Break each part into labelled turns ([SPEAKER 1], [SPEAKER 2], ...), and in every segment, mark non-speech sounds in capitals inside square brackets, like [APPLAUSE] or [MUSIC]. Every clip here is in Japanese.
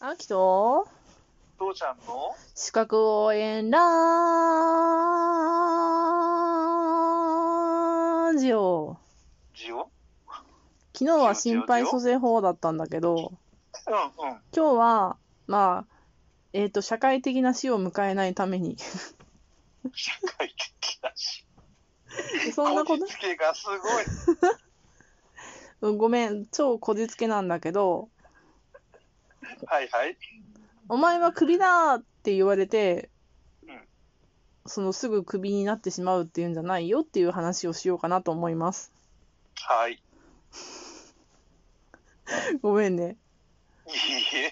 [SPEAKER 1] あきと、
[SPEAKER 2] 父ちゃんの
[SPEAKER 1] 資格応援ラジオ。
[SPEAKER 2] 字を
[SPEAKER 1] 昨日は心肺蘇生法だったんだけど、
[SPEAKER 2] うんうん。
[SPEAKER 1] 今日は、まあ、えっ、と、社会的な死を迎えないために、
[SPEAKER 2] 社会的だし。
[SPEAKER 1] そんなこ
[SPEAKER 2] じつけがすごい。
[SPEAKER 1] と、ごめん、超こじつけなんだけど、
[SPEAKER 2] はいはい。
[SPEAKER 1] お前はクビだって言われて
[SPEAKER 2] うん、
[SPEAKER 1] そのすぐクビになってしまうっていうんじゃないよっていう話をしようかなと思います。
[SPEAKER 2] はい。い
[SPEAKER 1] ごめんね。
[SPEAKER 2] い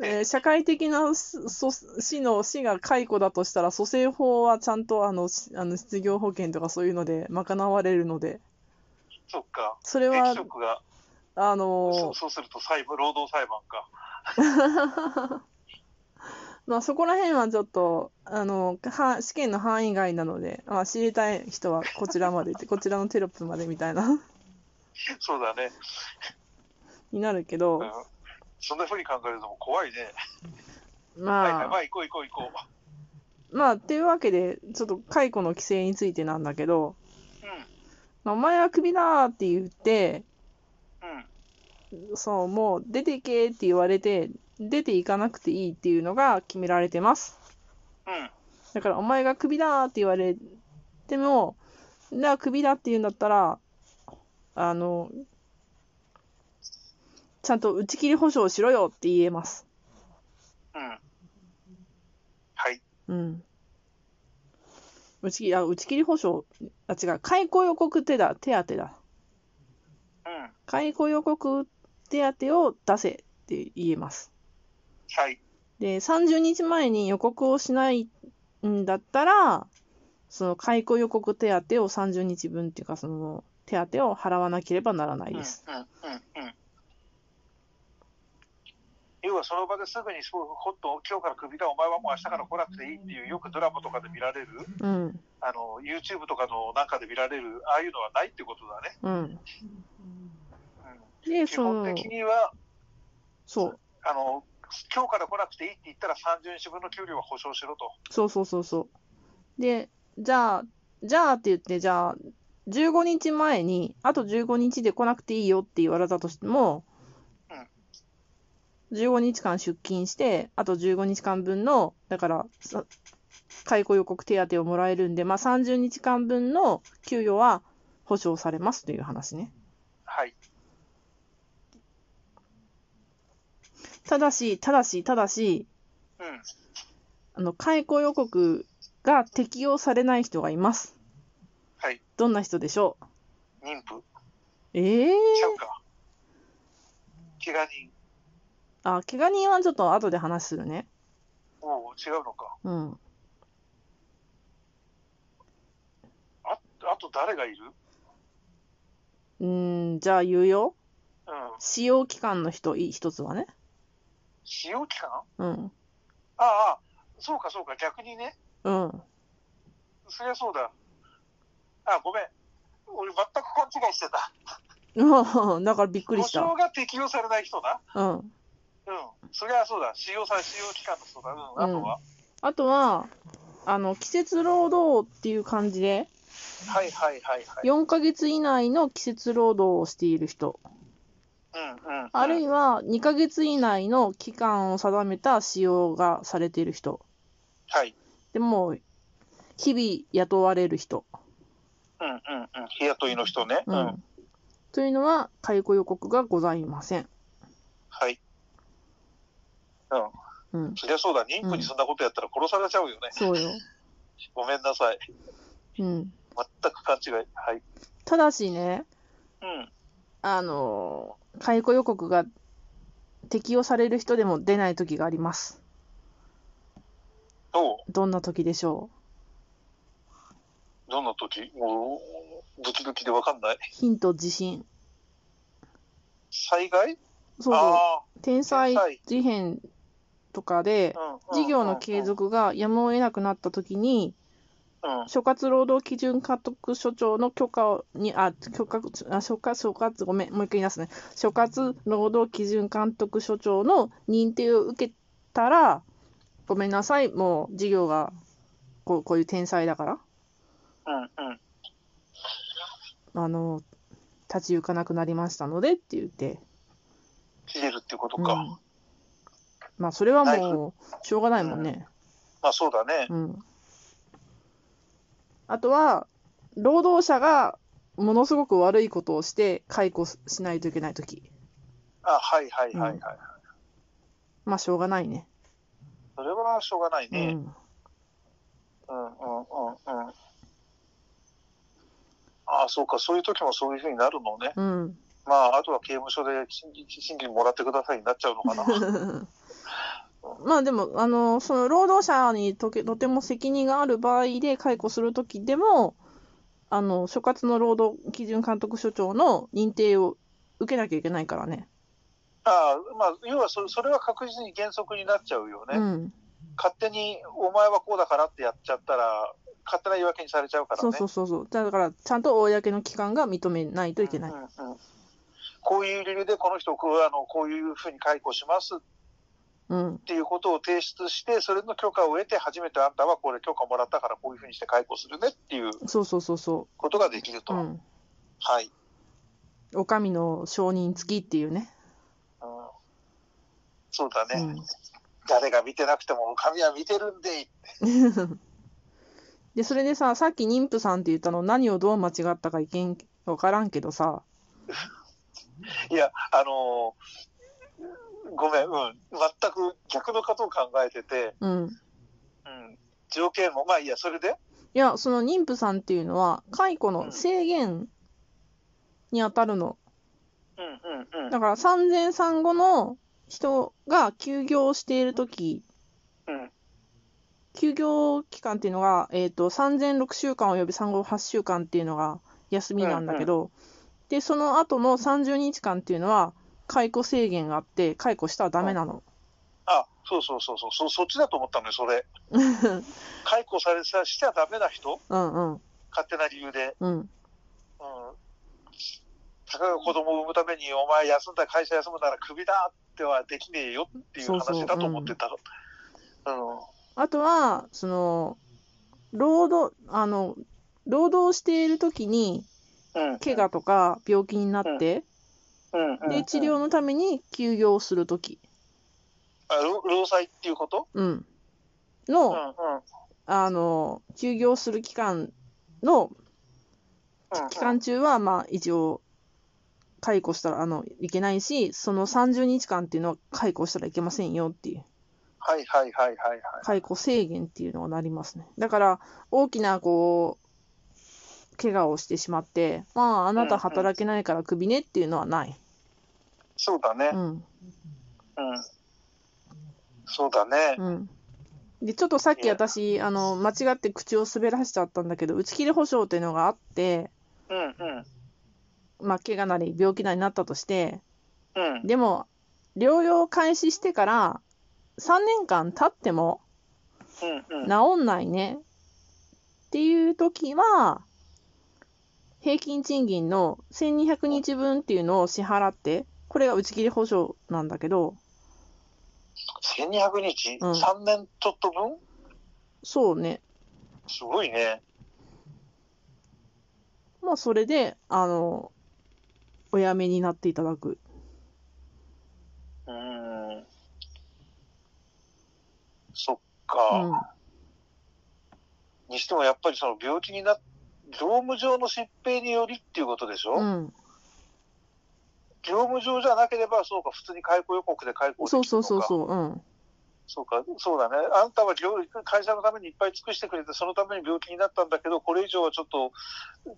[SPEAKER 2] え。
[SPEAKER 1] えー社会的なすそ死の死が解雇だとしたら、蘇生法はちゃんとあのしあの失業保険とかそういうので賄われるので、
[SPEAKER 2] そっか。
[SPEAKER 1] それは
[SPEAKER 2] 役職が、
[SPEAKER 1] あ
[SPEAKER 2] そ
[SPEAKER 1] の
[SPEAKER 2] うそうすると裁判、労働裁判か。
[SPEAKER 1] まあ、そこら辺はちょっとあのは試験の範囲外なので、まあ、知りたい人はこちらまで行
[SPEAKER 2] [LAUGHS]
[SPEAKER 1] って、こちらのテロップまでみたいな
[SPEAKER 2] そうだね。
[SPEAKER 1] になるけ
[SPEAKER 2] うん
[SPEAKER 1] ど、。
[SPEAKER 2] そんな風に考えるのも怖いね。はいはい。ま
[SPEAKER 1] まあ、
[SPEAKER 2] あ、行こう行こう行こ
[SPEAKER 1] まあ、っていうわけで、ちょっと解雇の規制についてなんだけど、
[SPEAKER 2] う。
[SPEAKER 1] まあ、お前はクビだーって言って、
[SPEAKER 2] うん。うん。
[SPEAKER 1] そう、もう出てけって言われて、出ていかなくていいっていうのが決められてます。
[SPEAKER 2] うん。
[SPEAKER 1] だから、お前がクビだーって言われても、じゃあクビだって言うんだったら、あの、ちゃんと打ち切り保証しろよって言えます。
[SPEAKER 2] うん。はい。
[SPEAKER 1] うん。打ち切り、あ、打ち切り保証、あ、違う、解雇予告手だ、手当だ。
[SPEAKER 2] うん。
[SPEAKER 1] 解雇予告手当を出せって言えます。
[SPEAKER 2] はい。
[SPEAKER 1] で、30日前に予告をしないんだったら、その解雇予告手当を30日分っていうか、その手当を払わなければならな
[SPEAKER 2] う
[SPEAKER 1] い
[SPEAKER 2] んうん
[SPEAKER 1] です。
[SPEAKER 2] うんうん。要はその場ですぐにそう、ほっと今日からクビだ、お前はもう明日から来なくていいっていう、よくドラマとかで見られる、
[SPEAKER 1] うん、
[SPEAKER 2] あの YouTube とかの中で見られる、ああいうのはないってことだね。
[SPEAKER 1] うん。
[SPEAKER 2] うん
[SPEAKER 1] で、
[SPEAKER 2] 基
[SPEAKER 1] そ
[SPEAKER 2] 本
[SPEAKER 1] の、
[SPEAKER 2] 的には
[SPEAKER 1] そう、
[SPEAKER 2] あの、今日から来なくていいって言ったら、30日分の給料は保証しろと。
[SPEAKER 1] そうそうそうそう。で、じゃあ、じゃあって言って、じゃあ、15日前に、あと15日で来なくていいよって言われたとしても、15日間出勤して、あと15日間分の、だから、さ解雇予告手当をもらえるんで、まあ、30日間分の給与は保証されますという話ね。
[SPEAKER 2] はい。
[SPEAKER 1] ただし、ただし、ただし、
[SPEAKER 2] うん。
[SPEAKER 1] あの解雇予告が適用されない人がいます。
[SPEAKER 2] はい。
[SPEAKER 1] どんな人でしょう
[SPEAKER 2] 妊婦。
[SPEAKER 1] ええ
[SPEAKER 2] ちゃうか。怪我人。
[SPEAKER 1] あ、怪我人はちょっと後で話するね。
[SPEAKER 2] おう違うのか。
[SPEAKER 1] うん。
[SPEAKER 2] ああと誰がいる
[SPEAKER 1] うーん、じゃあ言うよ。
[SPEAKER 2] うん。
[SPEAKER 1] 使用期間の人、い一つはね。
[SPEAKER 2] 使用期間
[SPEAKER 1] うん。
[SPEAKER 2] ああ、そうかそうか、逆にね、
[SPEAKER 1] うん。 [LAUGHS]
[SPEAKER 2] そりゃそうだ。あごめん、俺、全く勘違いしてた。
[SPEAKER 1] うんだからびっくり
[SPEAKER 2] 保
[SPEAKER 1] した。
[SPEAKER 2] 証が適用されない人だ。
[SPEAKER 1] うん。
[SPEAKER 2] うん、そりゃそうだ、使用さ使用期間の人だ、うん、あとは。
[SPEAKER 1] あとは、あの、季節労働っていう感じで、
[SPEAKER 2] はいはいはいはい。
[SPEAKER 1] 4ヶ月以内の季節労働をしている人、
[SPEAKER 2] うんうん、
[SPEAKER 1] ある
[SPEAKER 2] うん
[SPEAKER 1] いは2ヶ月以内の期間を定めた使用がされている人、
[SPEAKER 2] はい。
[SPEAKER 1] でも、日々雇われる人、
[SPEAKER 2] うんうんうん、日雇いの人ね。
[SPEAKER 1] う
[SPEAKER 2] うん
[SPEAKER 1] ん。というのは、解雇予告がございません。
[SPEAKER 2] はい。うん、
[SPEAKER 1] うん。
[SPEAKER 2] そりゃそうだ、妊婦にそんなことやったら殺されちゃうよね。
[SPEAKER 1] そうよ。
[SPEAKER 2] ごめんなさい。
[SPEAKER 1] うん。
[SPEAKER 2] 全く勘違い。はい。
[SPEAKER 1] ただしね、
[SPEAKER 2] うん。
[SPEAKER 1] あのー解雇予告が適用される人でも出ない時があります。
[SPEAKER 2] どう
[SPEAKER 1] どんな時でしょう
[SPEAKER 2] どんな時もう、ドキドキでわかんない。
[SPEAKER 1] ヒント地震。
[SPEAKER 2] 災害
[SPEAKER 1] そうそ
[SPEAKER 2] ああ。
[SPEAKER 1] う。天災
[SPEAKER 2] 天災
[SPEAKER 1] 事変とかで、事業の継続がやむを得なくなった時に、
[SPEAKER 2] うん。うん
[SPEAKER 1] 所轄労働基準監督署長の許可をに、あ、許可、あ、所轄、所轄、ごめん、もう一回言いますね。所轄労働基準監督署長の認定を受けたら、ごめんなさい、もう事業がこうこういう天才だから、
[SPEAKER 2] うんうん。
[SPEAKER 1] あの、立ち行かなくなりましたのでって言って、
[SPEAKER 2] 切れるっていうこと
[SPEAKER 1] うん
[SPEAKER 2] か。
[SPEAKER 1] まあ、それは
[SPEAKER 2] ナイ
[SPEAKER 1] もう、しょうがないもんね。
[SPEAKER 2] まあそうだね。
[SPEAKER 1] うん。あとは、労働者がものすごく悪いことをして解雇しないといけないとき。
[SPEAKER 2] あ、はいはいはいはい。
[SPEAKER 1] まあ、しょうがないね。
[SPEAKER 2] それはしょうがないうね。
[SPEAKER 1] ん。
[SPEAKER 2] うんうんうんうん。ああ、そうか。そういう時もそういうふうになるのね。
[SPEAKER 1] うん。
[SPEAKER 2] まあ、あとは刑務所で賃金賃金もらってくださいになっちゃうのか
[SPEAKER 1] [LAUGHS]
[SPEAKER 2] な。
[SPEAKER 1] まあでも、あの、その労働者にとけとても責任がある場合で解雇するときでも、あの、所轄の労働基準監督署長の認定を受けなきゃいけないからね。
[SPEAKER 2] ああ、まあ、要はそそれは確実に原則になっちゃうよね。
[SPEAKER 1] うん。
[SPEAKER 2] 勝手にお前はこうだからってやっちゃったら、勝手な言い訳にされちゃうからね。
[SPEAKER 1] そうそうそうそう。だから、ちゃんと公の機関が認めないといけない
[SPEAKER 2] うん。うんうんこういう理由でこの人をこうあのこういうふうに解雇します
[SPEAKER 1] うん。
[SPEAKER 2] っていうことを提出して、それの許可を得て、初めてあんたはこれ許可もらったからこういうふうにして解雇するねっていう
[SPEAKER 1] そうそうそうそ
[SPEAKER 2] ことができると。
[SPEAKER 1] う。うん。
[SPEAKER 2] はい、
[SPEAKER 1] お上の承認付きっていうね。
[SPEAKER 2] うん。そうだ
[SPEAKER 1] う
[SPEAKER 2] ね、
[SPEAKER 1] ん。
[SPEAKER 2] 誰が見てなくても、神は見てるんで、
[SPEAKER 1] で、それでさ、さっき妊婦さんって言ったの何をどう間違ったか意見わからんけどさ、
[SPEAKER 2] いや、あのーごめん、うん、全く逆のことを考えてて、
[SPEAKER 1] うん。
[SPEAKER 2] うん、条件も、まあいいや、それで、
[SPEAKER 1] いや、その妊婦さんっていうのは、解雇の制限に当たるの。
[SPEAKER 2] うんうんう
[SPEAKER 1] だ
[SPEAKER 2] ん、
[SPEAKER 1] から、産前産後の人が休業しているとき、
[SPEAKER 2] うん、
[SPEAKER 1] 休業期間っていうのが、えっ、と、産前6週間および産後8週間っていうのが休みなんだけど、で、その後の30日間っていうのは、解雇制限があって、解雇したらダメなの。
[SPEAKER 2] あそうそうそうそうそ、そっちだと思ったのよ、
[SPEAKER 1] [LAUGHS]
[SPEAKER 2] それ。解雇されさしちゃダメな人、
[SPEAKER 1] うんうん
[SPEAKER 2] 勝手な理由で、
[SPEAKER 1] うん。
[SPEAKER 2] うん、たかが子供を産むために、お前休んだ、会社休むならクビだってはできねえよっていう
[SPEAKER 1] そうそ
[SPEAKER 2] 話
[SPEAKER 1] う
[SPEAKER 2] だと思ってた。うん
[SPEAKER 1] あとは、その、労働、あの、労働しているときに、
[SPEAKER 2] うん
[SPEAKER 1] 怪我とか病気になって、
[SPEAKER 2] うんうんうん
[SPEAKER 1] で、治療のために休業するとき、
[SPEAKER 2] あ労労災っていうこと、
[SPEAKER 1] うん、
[SPEAKER 2] うんう
[SPEAKER 1] の、
[SPEAKER 2] んうん
[SPEAKER 1] あの、休業する期間の、
[SPEAKER 2] うん
[SPEAKER 1] 期間中は、まあ、一応、解雇したら、あの、いけないし、その30日間っていうのは解雇したらいけませんよっていう、
[SPEAKER 2] はいはいはいはいはい。
[SPEAKER 1] 解雇制限っていうのがなりますね。だから、大きな、こう、怪我をしてしまって、まあ、あなた働けないからクビねっていうのはない。
[SPEAKER 2] そうだね
[SPEAKER 1] う。ん。
[SPEAKER 2] うん。そうだね。
[SPEAKER 1] うんで、ちょっとさっき私、あの、間違って口を滑らしちゃったんだけど、打ち切り保証っていうのがあって、
[SPEAKER 2] うんうん。
[SPEAKER 1] まあ、怪我なり病気なりになったとして、
[SPEAKER 2] うん。
[SPEAKER 1] でも、療養開始してから3年間経っても
[SPEAKER 2] うんうん。
[SPEAKER 1] 治んないねっていう時は、平均賃金の1200日分っていうのを支払って、これが打ち切り保証なんだけど、
[SPEAKER 2] 1200日、
[SPEAKER 1] うん
[SPEAKER 2] 3年ちょっと分
[SPEAKER 1] そうね。
[SPEAKER 2] すごいね。
[SPEAKER 1] まあ、それで、あの、お辞めになっていただく。
[SPEAKER 2] うん。そっ
[SPEAKER 1] う
[SPEAKER 2] か。
[SPEAKER 1] ん。
[SPEAKER 2] にしてもやっぱりその病気になっ業務上の疾病によりっていうことでしょ、
[SPEAKER 1] うん。
[SPEAKER 2] 業務上じゃなければ、そうか、普通に解雇予告で解雇できる
[SPEAKER 1] そ
[SPEAKER 2] の
[SPEAKER 1] う
[SPEAKER 2] か。
[SPEAKER 1] そうそうそう、うん。
[SPEAKER 2] そうか、そうだね。あんたは料理会社のためにいっぱい尽くしてくれて、そのために病気になったんだけど、これ以上はちょっと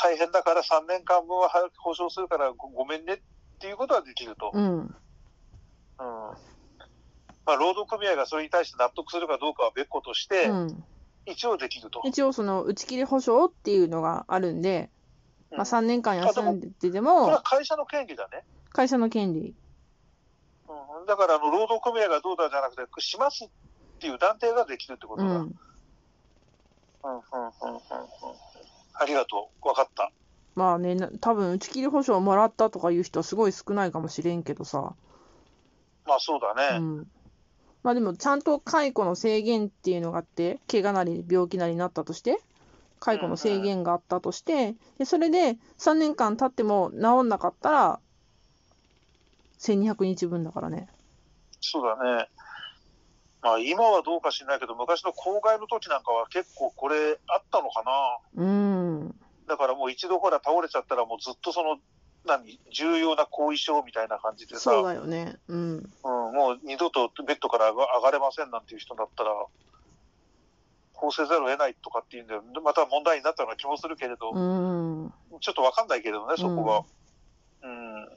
[SPEAKER 2] 大変だから、3年間分は早く保証するからご、ごめんねっていうことはできると。うん。
[SPEAKER 1] うん。
[SPEAKER 2] まあ、労働組合がそれに対して納得するかどうかは別個として、
[SPEAKER 1] うん、
[SPEAKER 2] 一応できると。
[SPEAKER 1] 一応、その、打ち切り保証っていうのがあるんで、
[SPEAKER 2] うん
[SPEAKER 1] まあ、3年間休んでてで
[SPEAKER 2] これは
[SPEAKER 1] も、
[SPEAKER 2] 会社の権利だね。
[SPEAKER 1] 会社の権利。
[SPEAKER 2] うん、だからあの、労働組合がどうだじゃなくて、しますっていう断定ができるってこと
[SPEAKER 1] う
[SPEAKER 2] だ。うん、うん、うん、うん。
[SPEAKER 1] ん。
[SPEAKER 2] うんうんありがとう。わかった。
[SPEAKER 1] まあね、な多分、打ち切り保証をもらったとかいう人はすごい少ないかもしれんけどさ、
[SPEAKER 2] まあ、そうだね。
[SPEAKER 1] うん。まあでも、ちゃんと解雇の制限っていうのがあって、怪我なり病気なりになったとして、解雇の制限があったとして、でそれで3年間経っても治んなかったら、1200日分だからね。
[SPEAKER 2] そうだね。まあ今はどうかしないけど、昔の公害の時なんかは結構これあったのかな。
[SPEAKER 1] うん。
[SPEAKER 2] だからもう一度ほら倒れちゃったらもうずっとその、何、重要な後遺症みたいな感じでさ、
[SPEAKER 1] そうだよね。うん。
[SPEAKER 2] うん、もう二度とベッドから上が上がれませんなんていう人だったら、こうせざるを得ないとかっていうんだよ。でまた問題になったような気もするけれど、
[SPEAKER 1] うん。
[SPEAKER 2] ちょっとわかんないけれどね、そこが。うん。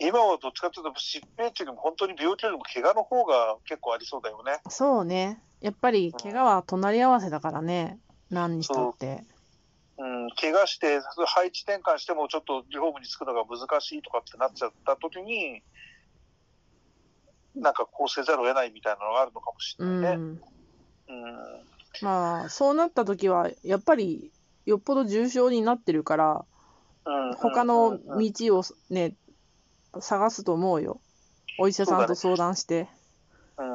[SPEAKER 2] 今はどっちかというと、疾病っていうよりも本当に病気よりも怪我の方が結構ありそうだよね。
[SPEAKER 1] そうね。やっぱり、怪我は隣り合わせだからね。何にしたって。
[SPEAKER 2] うん、怪我して、配置転換してもちょっとリフォームにつくのが難しいとかってなっちゃった時に、なんかこうせざるを得ないみたいなのがあるのかもしれ
[SPEAKER 1] う
[SPEAKER 2] ないね。
[SPEAKER 1] ん。
[SPEAKER 2] うん
[SPEAKER 1] まあ、そうなった時は、やっぱり、よっぽど重症になってるから、
[SPEAKER 2] うん
[SPEAKER 1] 他の
[SPEAKER 2] うん
[SPEAKER 1] 道をね、探すと思うよ。お医者さんと相談して。
[SPEAKER 2] うん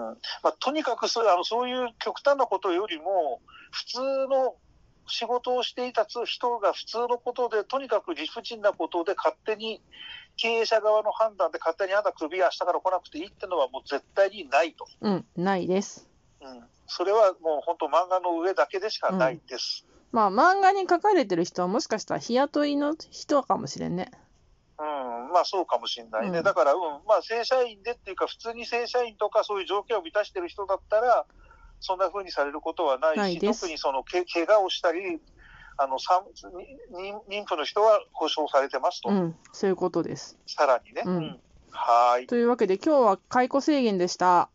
[SPEAKER 2] まあ、とにかくそうあのそういう極端なことよりも、普通の仕事をしていたつ人が普通のことで、とにかく理不尽なことで勝手に経営者側の判断で勝手にあんた首明日から来なくていいってのはもう絶対にないと。
[SPEAKER 1] うん、ないです。
[SPEAKER 2] うん、それはもう本当漫画の上だけでしかないです。
[SPEAKER 1] まあ、漫画に書かれてる人はもしかしたら日雇いの人かもしれんね。
[SPEAKER 2] うん、まあそうかもしれないね。
[SPEAKER 1] うん
[SPEAKER 2] だから、うん、まあ正社員でっていうか、普通に正社員とかそういう条件を満たしてる人だったら、そんな風にされることはないし、
[SPEAKER 1] ないです
[SPEAKER 2] 特にそのけ怪我をしたり、あの産に妊婦の人は保障されてますと、
[SPEAKER 1] うん、そういうことです。
[SPEAKER 2] さらにね。
[SPEAKER 1] うん
[SPEAKER 2] はーい。
[SPEAKER 1] というわけで今日は解雇制限でした。